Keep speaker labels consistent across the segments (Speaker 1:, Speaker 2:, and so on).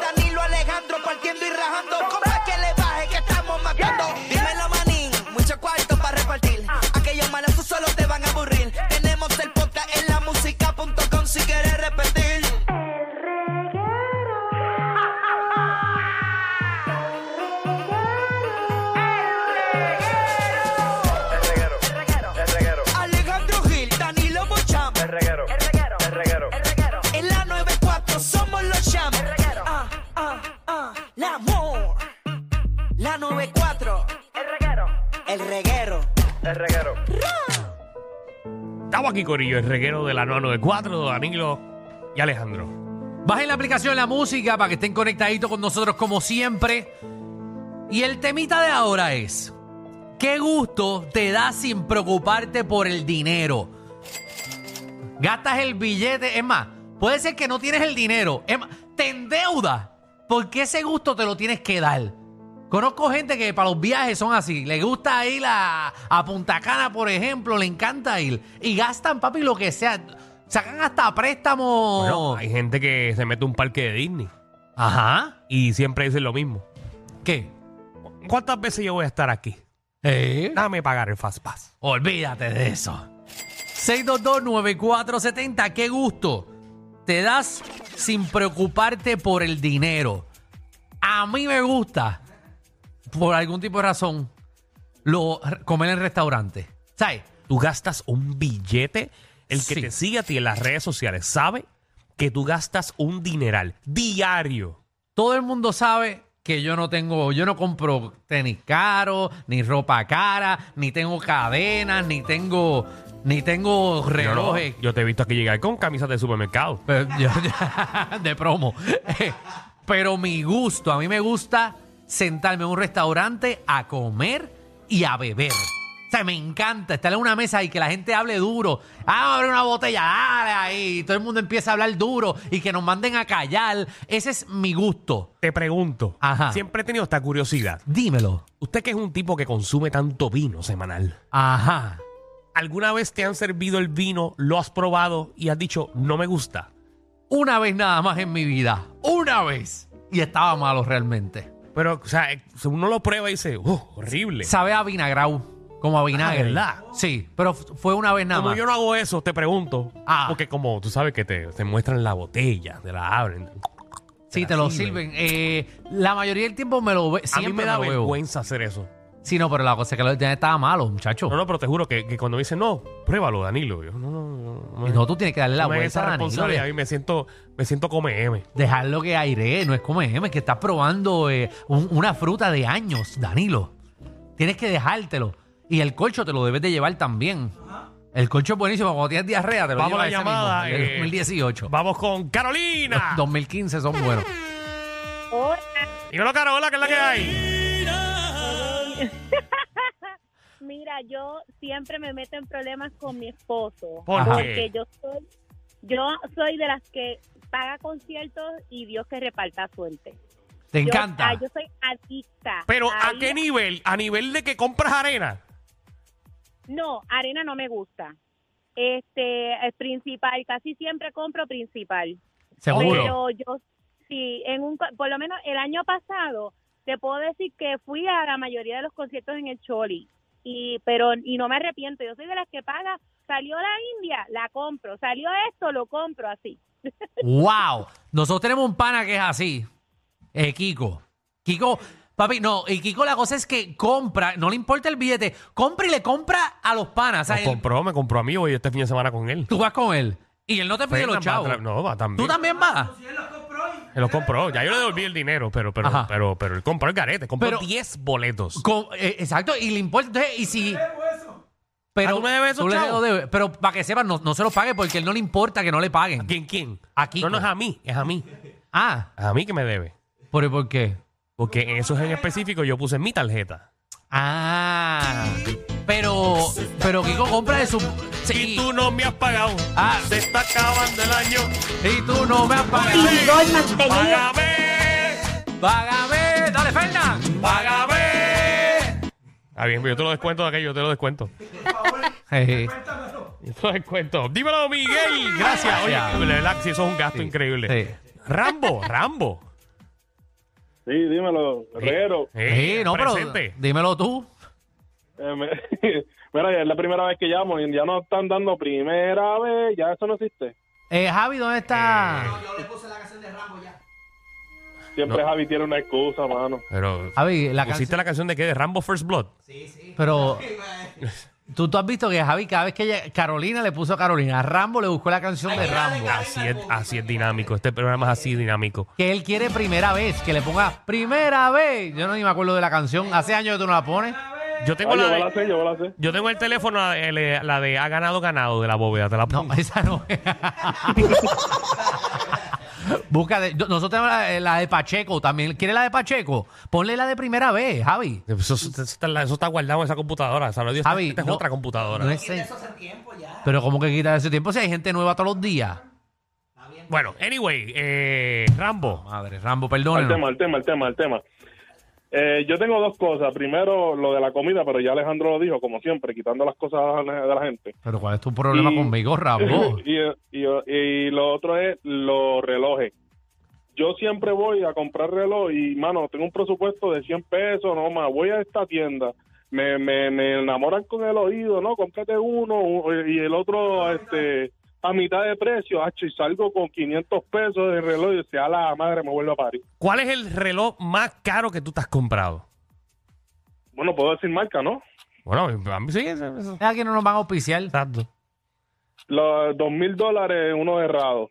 Speaker 1: Danilo Alejandro partiendo y rajando. Compra que le baje que estamos matando. Dímelo manín, mucho cuarto para repartir. Aquellos malazos solo te van a aburrir. Tenemos el podcast en la música.com si quieres repetir. Alejandro Gil, Danilo Bocham. En la 94 somos los Jam. Ah, ah, ah, la amor. La 94, el reguero.
Speaker 2: Estamos aquí, Corillo, el reguero de la 994, Danilo y Alejandro.
Speaker 3: Bajen la aplicación La Música para que estén conectaditos con nosotros como siempre. Y el temita de ahora es, ¿qué gusto te da sin preocuparte por el dinero? Gastas el billete, es más, puede ser que no tienes el dinero, es más, te endeudas porque ese gusto te lo tienes que dar. Conozco gente que para los viajes son así, le gusta ir a, a Punta Cana, por ejemplo, le encanta ir y gastan, papi, lo que sea. Sacan hasta préstamos.
Speaker 2: Bueno, hay gente que se mete a un parque de Disney
Speaker 3: Ajá.
Speaker 2: y siempre dicen lo mismo.
Speaker 3: ¿Qué?
Speaker 2: ¿Cuántas veces yo voy a estar aquí?
Speaker 3: ¿Eh?
Speaker 2: Dame pagar el Fast Pass.
Speaker 3: Olvídate de eso. 6229470, qué gusto. Te das sin preocuparte por el dinero. A mí me gusta, por algún tipo de razón, lo, comer en restaurante. ¿Sabes?
Speaker 2: Tú gastas un billete, el que
Speaker 3: Sí.
Speaker 2: te sigue a ti en las redes sociales sabe que tú gastas un dineral diario.
Speaker 3: Todo el mundo sabe que yo no tengo, yo no compro tenis caros, ni ropa cara, ni tengo cadenas, ni tengo, ni tengo
Speaker 2: Yo, no-
Speaker 3: relojes
Speaker 2: yo te he visto aquí llegar con camisas de supermercado.
Speaker 3: Pero yo- yo- de promo. Pero mi gusto, a mí me gusta sentarme en un restaurante a comer y a beber. O sea, me encanta estar en una mesa y que la gente hable duro. Ah, abre una botella, dale ahí. y Todo el mundo empieza a hablar duro y que nos manden a callar. Ese es mi gusto.
Speaker 2: Te pregunto,
Speaker 3: Ajá.
Speaker 2: siempre he tenido esta curiosidad.
Speaker 3: Dímelo.
Speaker 2: Usted que es un tipo que consume tanto vino semanal,
Speaker 3: Ajá.
Speaker 2: ¿alguna vez te han servido el vino, lo has probado y has dicho, no me gusta?
Speaker 3: Una vez nada más en mi vida. Una vez. Y estaba malo realmente.
Speaker 2: Pero, o sea, eh, si uno lo prueba y dice, "Uh, horrible.
Speaker 3: Sabe a vinagrau. Como a vinagre.
Speaker 2: Ah, ¿verdad?
Speaker 3: Sí, pero f- fue una vez nada
Speaker 2: Como
Speaker 3: más.
Speaker 2: yo no hago eso, te pregunto.
Speaker 3: Ah.
Speaker 2: Porque como tú sabes que te, te muestran la botella, te la abren.
Speaker 3: Sí,
Speaker 2: la
Speaker 3: te lo
Speaker 2: sirven.
Speaker 3: sirven. Eh, la mayoría del tiempo me lo ve-
Speaker 2: A mí
Speaker 3: siempre
Speaker 2: me da
Speaker 3: lo veo.
Speaker 2: vergüenza hacer eso.
Speaker 3: Sí, no, pero la cosa es que lo tenía estaba malo, muchacho.
Speaker 2: No, no, pero te juro que, que cuando me dicen, no, pruébalo, Danilo. Yo, no, no, no. no
Speaker 3: Y
Speaker 2: me-
Speaker 3: no, tú tienes que darle la
Speaker 2: no me des
Speaker 3: vuelta
Speaker 2: esa
Speaker 3: a Danilo.
Speaker 2: responsabilidad. Y me siento, me siento como M.
Speaker 3: Dejarlo que aire, no es como M, que estás probando eh, un- una fruta de años, Danilo. Tienes que dejártelo. Y el colcho te lo debes de llevar también. El colcho es buenísimo. Cuando tienes diarrea, te lo
Speaker 2: Vamos a la
Speaker 3: llevas ese
Speaker 2: llamada.
Speaker 3: mismo, el
Speaker 2: eh,
Speaker 3: 2018.
Speaker 2: Vamos con Carolina.
Speaker 3: 2015 son buenos.
Speaker 2: Dímelo, Carola, que es la que hay.
Speaker 4: Mira, yo siempre me meto en problemas con mi esposo.
Speaker 2: ¿Por
Speaker 4: Porque
Speaker 2: qué?
Speaker 4: yo soy, yo soy de las que paga conciertos y Dios que reparta suerte.
Speaker 3: Te
Speaker 4: Yo-
Speaker 3: encanta.
Speaker 4: ah, Yo, soy adicta.
Speaker 2: Pero, ¿a
Speaker 4: Ahí-
Speaker 2: qué nivel? ¿A nivel de que compras arena?
Speaker 4: No, arena no me gusta. Este, es principal, casi siempre compro principal.
Speaker 3: Seguro.
Speaker 4: Pero yo, sí, en un, co- por lo menos el año pasado, te puedo decir que fui a la mayoría de los conciertos en el Choli. Y, pero, y no me arrepiento, yo soy de las que paga. Salió la India, la compro. Salió esto, lo compro así.
Speaker 3: ¡Wow! Nosotros tenemos un pana que es así. Eh, Kiko. Kiko, papi, no, y Kiko la cosa es que compra, no le importa el billete, compra y le compra a los panas. O sea,
Speaker 2: Me
Speaker 3: él-
Speaker 2: compró, me compró a mí hoy este fin de semana con él.
Speaker 3: tú vas con él y él no te pide
Speaker 2: Fernan
Speaker 3: los
Speaker 2: va a
Speaker 3: chavos.
Speaker 2: Pues, tra- No, va
Speaker 3: ¿Tú
Speaker 2: también.
Speaker 3: también vas?
Speaker 2: Él los compró. Ya yo le devolví el dinero, pero, pero,
Speaker 3: Ajá.
Speaker 2: pero, pero él compró el garete. Compró
Speaker 3: Pero-
Speaker 2: 10 boletos.
Speaker 3: Con- eh, exacto, y le importa. entonces, y si.
Speaker 2: Ah,
Speaker 3: Pero,
Speaker 2: ¿tú me debes eso,
Speaker 3: tú le
Speaker 2: chavo?
Speaker 3: debes- pero para que sepan, no, no se los pague porque él no le importa que no le paguen.
Speaker 2: ¿Quién, quién?
Speaker 3: A Kiko.
Speaker 2: No, no es a mí, es a mí.
Speaker 3: Ah,
Speaker 2: A mí que me debe.
Speaker 3: ¿por, ¿por qué?
Speaker 2: Porque en esos en específico yo puse mi tarjeta.
Speaker 3: Ah. Pero, pero Kiko compra de su. Sí.
Speaker 2: Y tú no me has pagado.
Speaker 3: Ah.
Speaker 2: Se está acabando el año.
Speaker 3: Y tú no me has pagado.
Speaker 5: Igor Mantenido.
Speaker 2: Págame.
Speaker 3: Págame. Dale, Fernan.
Speaker 2: Págame. Ah, bien, pues yo te lo descuento de aquello, yo te lo descuento.
Speaker 3: Jeje.
Speaker 2: Yo te lo descuento. Dímelo, Miguel. Gracias. Oye,
Speaker 3: Gracias.
Speaker 2: de verdad, que sí, eso es un gasto increíble.
Speaker 3: Sí.
Speaker 2: Rambo, Rambo.
Speaker 6: Sí, dímelo, Reguero.
Speaker 2: Eh,
Speaker 3: Sí, no, pero
Speaker 2: presente.
Speaker 3: dímelo tú.
Speaker 6: Eh, me- Mira, ya es la primera vez que llamo y ya nos están dando primera vez, ya eso no existe.
Speaker 3: Eh, Javi, ¿dónde está?
Speaker 6: Siempre
Speaker 2: No.
Speaker 6: Javi tiene una excusa, mano.
Speaker 2: Pero,
Speaker 3: Javi, la
Speaker 2: ¿pusiste
Speaker 3: canción.
Speaker 2: la canción de qué? ¿De Rambo First Blood?
Speaker 3: Pero ¿tú, tú has visto que Javi, cada vez que ella- Carolina le puso a Carolina, a Rambo le buscó la canción de Rambo.
Speaker 2: Así es, así es dinámico. Este programa es así dinámico.
Speaker 3: Que él quiere primera vez, que le ponga primera vez. Yo no ni me acuerdo de la canción. Hace años que tú no la pones.
Speaker 2: Yo
Speaker 6: Ah,
Speaker 2: tengo
Speaker 6: yo
Speaker 2: la
Speaker 6: me la
Speaker 2: de,
Speaker 6: sé, yo me la sé.
Speaker 2: yo tengo el teléfono, la de, la de ha ganado, ganado de la bóveda. Te la
Speaker 3: No, eh.
Speaker 2: pongo.
Speaker 3: esa no es. Busca de- yo- nosotros tenemos la, la de Pacheco también. ¿Quiere la de Pacheco? Ponle la de primera vez, Javi.
Speaker 2: Eso, eso está, eso está guardado en esa computadora. Sabrá Dios,
Speaker 3: Javi,
Speaker 2: esta es
Speaker 3: no-
Speaker 2: otra computadora.
Speaker 3: No es eso hace tiempo ya. Pero ¿cómo que quita ese tiempo si hay gente nueva todos los días?
Speaker 2: Bueno, anyway, eh, Rambo.
Speaker 3: Madre, Rambo,
Speaker 6: Al
Speaker 3: perdónenos.
Speaker 6: tema, al tema, al tema, al tema. Eh, yo tengo dos cosas. Primero, lo de la comida, pero ya Alejandro lo dijo, como siempre, quitando las cosas a la- de la gente.
Speaker 3: Pero ¿cuál es tu problema
Speaker 6: Y-
Speaker 3: conmigo, Rambo?
Speaker 6: Y, y- y lo otro es los relojes. Yo siempre voy a comprar reloj y, mano, tengo un presupuesto de 100 pesos, no más. Voy a esta tienda, me, me, me enamoran con el oído, ¿no? Cómprate uno u- y el otro este, a mitad de precio, hacho, y salgo con 500 pesos de reloj y dice, a la madre, me vuelvo a París.
Speaker 2: ¿Cuál es el reloj más caro que tú te has comprado?
Speaker 6: Bueno, puedo decir marca, ¿no?
Speaker 2: Bueno, a mí sí, eso- eso-
Speaker 3: Es que no nos van a auspiciar.
Speaker 2: Exacto.
Speaker 6: Los dos mil dólares, uno errado.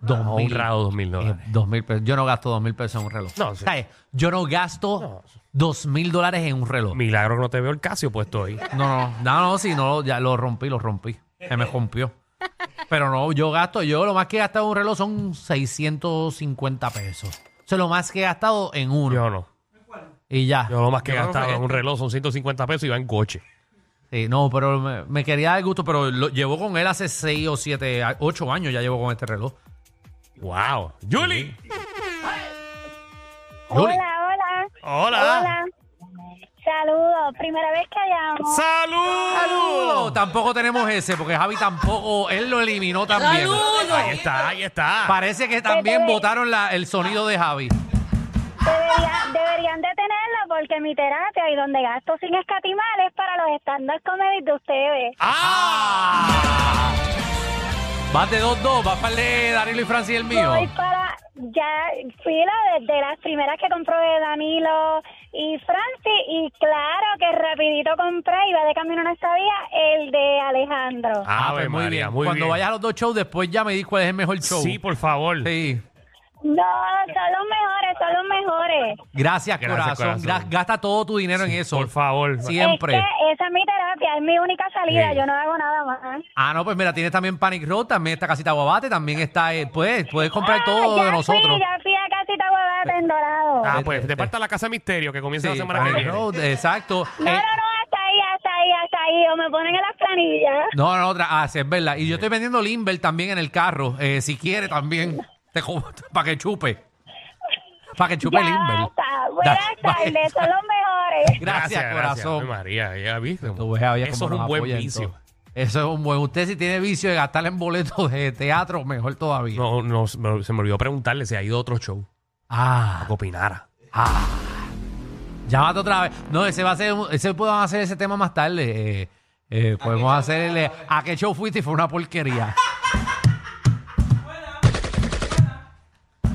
Speaker 3: Dos
Speaker 2: No,
Speaker 3: mil.
Speaker 2: un raro 2000
Speaker 3: Ah, eh,
Speaker 2: dólares.
Speaker 3: dos mil pesos. Yo no gasto dos mil pesos en un reloj.
Speaker 2: No, sí.
Speaker 3: ¿Sabes? Yo no gasto
Speaker 2: No.
Speaker 3: dos mil dólares en un reloj.
Speaker 2: Milagro que no te veo el Casio puesto ahí.
Speaker 3: No, no, no, no, si no, ya lo rompí, lo rompí. Se me rompió. Pero no, yo gasto, yo lo más que he gastado en un reloj son 650 pesos. Eso es lo más que he gastado en uno.
Speaker 2: Yo no.
Speaker 3: y ya.
Speaker 2: Yo lo más que he
Speaker 3: Yo creo
Speaker 2: gastado en
Speaker 3: este.
Speaker 2: un reloj son 150 pesos y va en coche.
Speaker 3: Sí, no, pero me, me quería dar el gusto, pero lo llevo con él hace 6 o 7, 8 años ya llevo con este reloj.
Speaker 2: ¡Wow! ¡Julie!
Speaker 4: Hola,
Speaker 3: Yuli,
Speaker 4: hola.
Speaker 2: ¡Hola!
Speaker 4: Saludos. Primera vez que llamo.
Speaker 3: ¡saludo!
Speaker 2: ¡Salud!
Speaker 3: Tampoco tenemos ese, porque Javi tampoco, él lo eliminó también.
Speaker 2: Ahí está, ahí está.
Speaker 3: Parece que también votaron la- el sonido de Javi.
Speaker 7: Debería- deberían de tenerla porque mi terapia y donde gasto sin escatimar es para los estándares comedy de ustedes.
Speaker 3: ¡Ah! Vas de 2-2, vas para el de Danilo y Francis y el mío.
Speaker 7: Voy para ya fila desde las primeras que compró de Danilo y Francis y claro que rapidito compré y va de camino no sabía el de Alejandro.
Speaker 3: Ah,
Speaker 2: Ave
Speaker 3: pues muy
Speaker 2: María,
Speaker 3: bien.
Speaker 2: muy
Speaker 3: Cuando
Speaker 2: bien.
Speaker 3: vayas a los dos shows, después ya me di cuál es el mejor show.
Speaker 2: Sí, por favor.
Speaker 3: Sí.
Speaker 7: No, son los mejores, son los mejores.
Speaker 3: Gracias,
Speaker 2: Gracias,
Speaker 3: corazón.
Speaker 2: corazón.
Speaker 3: Gra- Gasta todo tu dinero en eso.
Speaker 2: Por favor.
Speaker 3: Siempre.
Speaker 7: Es que esa es mi terapia, es mi única salida,
Speaker 2: Sí.
Speaker 7: yo no hago nada más.
Speaker 3: Ah, no, pues mira, tienes también Panic Road, también está Casita Guabate, también está... eh, puedes, puedes comprar
Speaker 7: Ah,
Speaker 3: todo de
Speaker 7: ya
Speaker 3: nosotros.
Speaker 7: Fui, ya fui a casita huevada en Dorado.
Speaker 2: Ah,
Speaker 3: Este,
Speaker 2: pues
Speaker 3: este.
Speaker 2: te falta la casa misterio que comienza la
Speaker 3: Sí,
Speaker 2: semana que
Speaker 3: Panic
Speaker 2: viene.
Speaker 3: Road, exacto.
Speaker 7: No, no,
Speaker 3: Eh,
Speaker 7: no, hasta ahí, hasta ahí, hasta ahí. O me ponen en las planillas.
Speaker 3: no, no, otra. Ah, sí, es verdad. Y yo estoy vendiendo Limber también en el carro. eh, si quiere también, te para que chupe. Para que chupe
Speaker 7: Ya
Speaker 3: Limber.
Speaker 7: basta.
Speaker 3: Da-
Speaker 7: Buenas
Speaker 3: vaya.
Speaker 7: tardes, son los mejores.
Speaker 3: Gracias, corazón.
Speaker 2: Ave María, ya viste.
Speaker 3: Tú ves a Javier
Speaker 2: Eso
Speaker 3: cómo
Speaker 2: es
Speaker 3: nos
Speaker 2: un buen
Speaker 3: apoya en
Speaker 2: vicio.
Speaker 3: todo. Eso es un buen. Usted si tiene vicio de gastar en boletos de teatro, mejor todavía.
Speaker 2: No, no, se me- se me olvidó preguntarle si ha ido a otro show.
Speaker 3: Ah,
Speaker 2: Que opinara.
Speaker 3: llámate otra vez. No, ese va a ser, un- ese podemos hacer ese tema más tarde. eh, eh, podemos hacer el eh, a qué show fuiste y fue una porquería.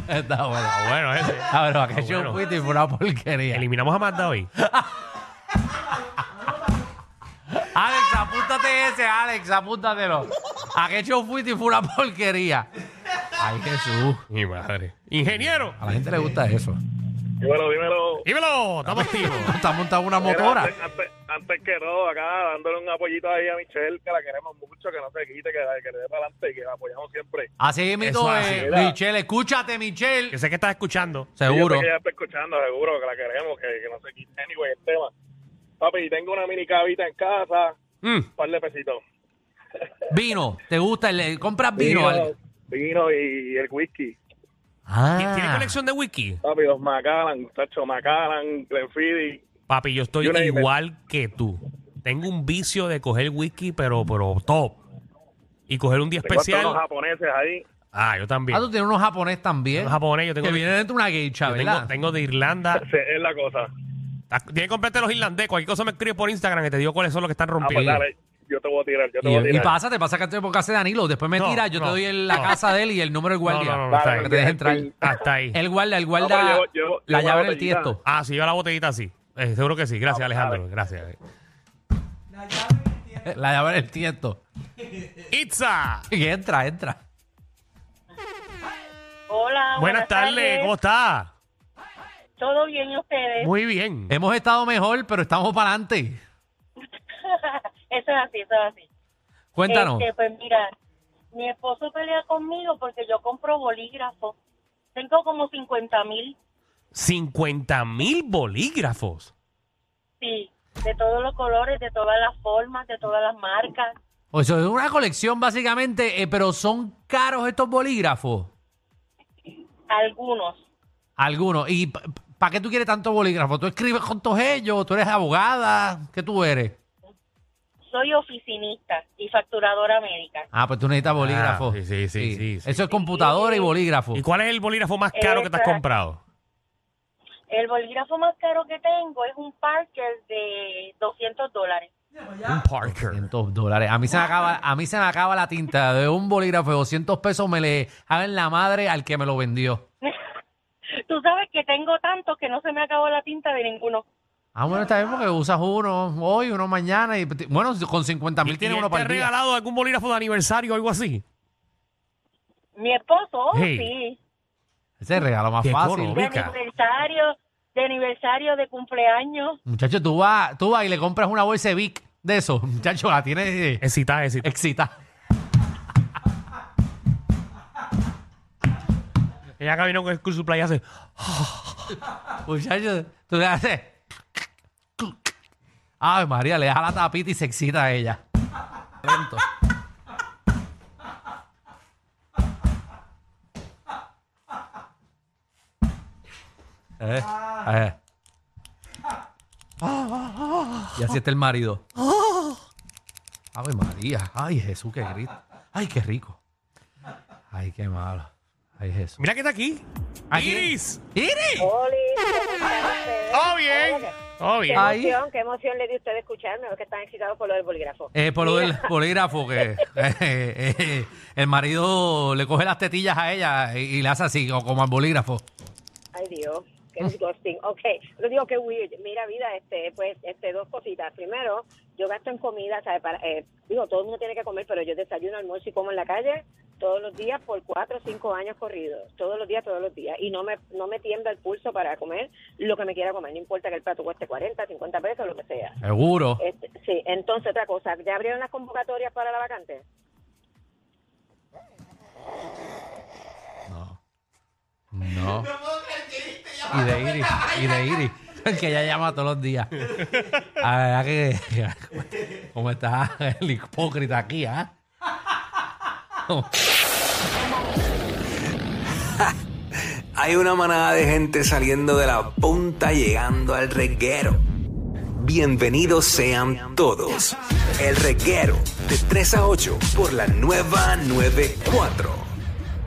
Speaker 3: Está bueno.
Speaker 2: Ah, Bueno, ese.
Speaker 3: A ver, a qué
Speaker 2: Ah,
Speaker 3: show
Speaker 2: bueno.
Speaker 3: fuiste y fue una porquería.
Speaker 2: Eliminamos a Magda hoy.
Speaker 3: Alex, apúntate ese, Alex, apúntatelo. A qué show fuiste y fue una porquería. Ay, Jesús.
Speaker 2: Mi madre. Ingeniero.
Speaker 3: A la gente le gusta eso.
Speaker 6: Y bueno, dímelo.
Speaker 2: Dímelo, estamos activos.
Speaker 3: Está montada una
Speaker 6: Mira,
Speaker 3: motora.
Speaker 6: Antes, antes- antes
Speaker 5: antes que todo, acá dándole un apoyito ahí a Michelle, que la queremos mucho, que no se quite, que, la- que le dé para adelante y que la apoyamos siempre.
Speaker 3: Así mismo,
Speaker 2: Eso es así.
Speaker 3: eh,
Speaker 5: Mira.
Speaker 3: Michelle, escúchate, Michelle.
Speaker 2: Yo sé que estás escuchando.
Speaker 3: Seguro.
Speaker 5: Ella está escuchando, seguro que la queremos, que, que no se quite anyway el tema. Papi, tengo una mini cabita en casa,
Speaker 2: Mm,
Speaker 5: un par de pesitos.
Speaker 3: Vino, ¿te gusta? el- el- ¿Compras vino? o algo?
Speaker 5: vino y el whisky.
Speaker 2: ¿Tiene tiene
Speaker 3: Ah,
Speaker 2: conexión de wiki?
Speaker 5: Papi, los Macallan, Tacho Macallan, Glenfiddich.
Speaker 2: Papi, yo estoy
Speaker 5: You name it.
Speaker 2: igual que tú. Tengo un vicio de coger whisky, pero, pero top. Y coger un día
Speaker 3: Pues
Speaker 5: Tengo a todos los
Speaker 2: especial.
Speaker 5: japoneses ahí.
Speaker 2: Ah, yo también.
Speaker 3: Ah, tú tienes unos japonés también.
Speaker 2: Los japoneses, yo tengo,
Speaker 3: que vienen
Speaker 2: yo
Speaker 3: dentro de una geisha,
Speaker 2: tengo,
Speaker 3: ¿verdad?
Speaker 2: tengo de Irlanda.
Speaker 5: Esa es la cosa.
Speaker 2: Ah, Tienes que comprarte los irlandés. Cualquier cosa me escribe por Instagram que te digo cuáles son los que están
Speaker 5: Ah, pues
Speaker 2: rompiendo.
Speaker 5: dale, yo te voy a tirar, yo te voy a
Speaker 3: Y, y
Speaker 5: tirar.
Speaker 3: pásate, pasa que estoy por casa de Danilo. Después me
Speaker 2: No,
Speaker 3: tira, yo te
Speaker 2: no,
Speaker 3: doy el- la
Speaker 2: no.
Speaker 3: casa de él y el número del
Speaker 2: No,
Speaker 3: guardia.
Speaker 2: no, no, no, está
Speaker 5: Dale,
Speaker 3: Para
Speaker 2: ahí.
Speaker 3: que te deje entrar.
Speaker 2: Hasta ahí.
Speaker 3: El guarda, el guarda.
Speaker 5: No, pero yo- yo-
Speaker 3: la
Speaker 5: yo
Speaker 3: llave
Speaker 5: voy a
Speaker 3: en el
Speaker 5: botellita.
Speaker 3: tiesto.
Speaker 2: Ah, sí, lleva la botellita así. Eh, seguro que sí.
Speaker 5: Ah,
Speaker 2: Gracias,
Speaker 5: pues
Speaker 2: Alejandro. Gracias.
Speaker 3: La llave en el tiesto.
Speaker 2: Itza.
Speaker 3: Y entra, entra.
Speaker 4: Hola,
Speaker 2: Buenas tardes. ¿Cómo estás?
Speaker 4: ¿Todo bien y ustedes?
Speaker 2: Muy bien.
Speaker 3: Hemos estado mejor, pero estamos para adelante.
Speaker 4: Eso es así, eso es así.
Speaker 3: Cuéntanos.
Speaker 4: Este, pues mira, mi esposo pelea conmigo porque yo compro bolígrafos. Tengo como 50 mil,
Speaker 2: 50 mil bolígrafos.
Speaker 4: sí, de todos los colores, de todas las formas, de todas las marcas.
Speaker 3: O sea, es una colección básicamente, eh, pero son caros estos bolígrafos.
Speaker 4: Algunos.
Speaker 3: Algunos. ¿Y para qué tú quieres tanto bolígrafo? ¿Tú escribes con todos ellos? ¿Tú eres abogada? ¿Qué tú eres?
Speaker 4: Soy oficinista y facturadora médica.
Speaker 3: Ah, pues tú necesitas bolígrafo.
Speaker 2: sí, sí, sí, sí, sí.
Speaker 3: Eso es computadora y bolígrafo.
Speaker 2: ¿Y cuál es el bolígrafo más caro que te has
Speaker 4: Exacto.
Speaker 2: comprado?
Speaker 4: El bolígrafo más caro que tengo es un Parker de 200 dólares.
Speaker 2: Un Parker.
Speaker 3: 200 dólares. A mí, se me acaba, a mí se me acaba la tinta de un bolígrafo de 200 pesos. Me le hagan la madre al que me lo vendió.
Speaker 4: Tú sabes que tengo tantos que no se me acabó la tinta de ninguno.
Speaker 3: Ah, bueno, está bien porque usas uno hoy, uno mañana. y te- Bueno, con 50
Speaker 2: ¿Y este
Speaker 3: mil tiene
Speaker 2: él
Speaker 3: uno
Speaker 2: te ha
Speaker 3: para el día.
Speaker 2: regalado algún bolígrafo de aniversario o algo así?
Speaker 4: Mi esposo, oh,
Speaker 2: Hey.
Speaker 4: sí.
Speaker 3: Ese es el regalo más
Speaker 2: Qué
Speaker 3: fácil.
Speaker 4: De
Speaker 2: económico. Mica.
Speaker 4: aniversario, de aniversario, de cumpleaños.
Speaker 3: Muchacho, tú vas, tú vas y le compras una bolsa de Vic de eso. Muchacho, la tienes eh,
Speaker 2: Excita, excita.
Speaker 3: excitada.
Speaker 2: Ella caminó con el curso playa y hace.
Speaker 3: Muchacho, tú le haces. Ay, María, le deja la tapita y se excita a ella. Lento. Eh, eh. Y así está el marido. Ave María. Ay, Jesús, qué grito. Ay, qué rico. Ay, qué malo. Ay, Jesús.
Speaker 2: Mira que está aquí.
Speaker 3: Aquí.
Speaker 2: ¡Iris!
Speaker 3: ¡Iris!
Speaker 8: Oli, ¿cómo están ustedes?
Speaker 2: ¡Oh, bien! ¡Oh, bien!
Speaker 3: Ay.
Speaker 8: Qué emoción, qué emoción le di a ustedes escucharme, los que están excitados por lo del bolígrafo.
Speaker 3: Eh, por lo del polígrafo, que eh, eh, eh, el marido le coge las tetillas a ella y, y le hace así, o como al bolígrafo.
Speaker 8: Ay, Dios, qué disgusting. Ok, yo digo que weird. Mira, vida, este, pues, este, dos cositas. Primero, yo gasto en comida, ¿sabes? Para, eh, digo, todo el mundo tiene que comer, pero yo desayuno, almuerzo y como en la calle todos los días por cuatro o cinco años corridos. Todos los días, todos los días. Y no me, no me tiembla el pulso para comer lo que me quiera comer. No importa que el plato cueste 40, 50 pesos, lo que sea.
Speaker 3: Seguro.
Speaker 8: Este, sí, entonces otra cosa, ¿ya abrieron las convocatorias para la vacante?
Speaker 3: No. Y de Iris, y de Iris, que ella llama todos los días. La verdad que, como está el hipócrita aquí, ¿ah?
Speaker 9: Hay una manada de gente saliendo de la punta llegando al reguero. Bienvenidos sean todos. El reguero de 3 a 8 por la nueva 94.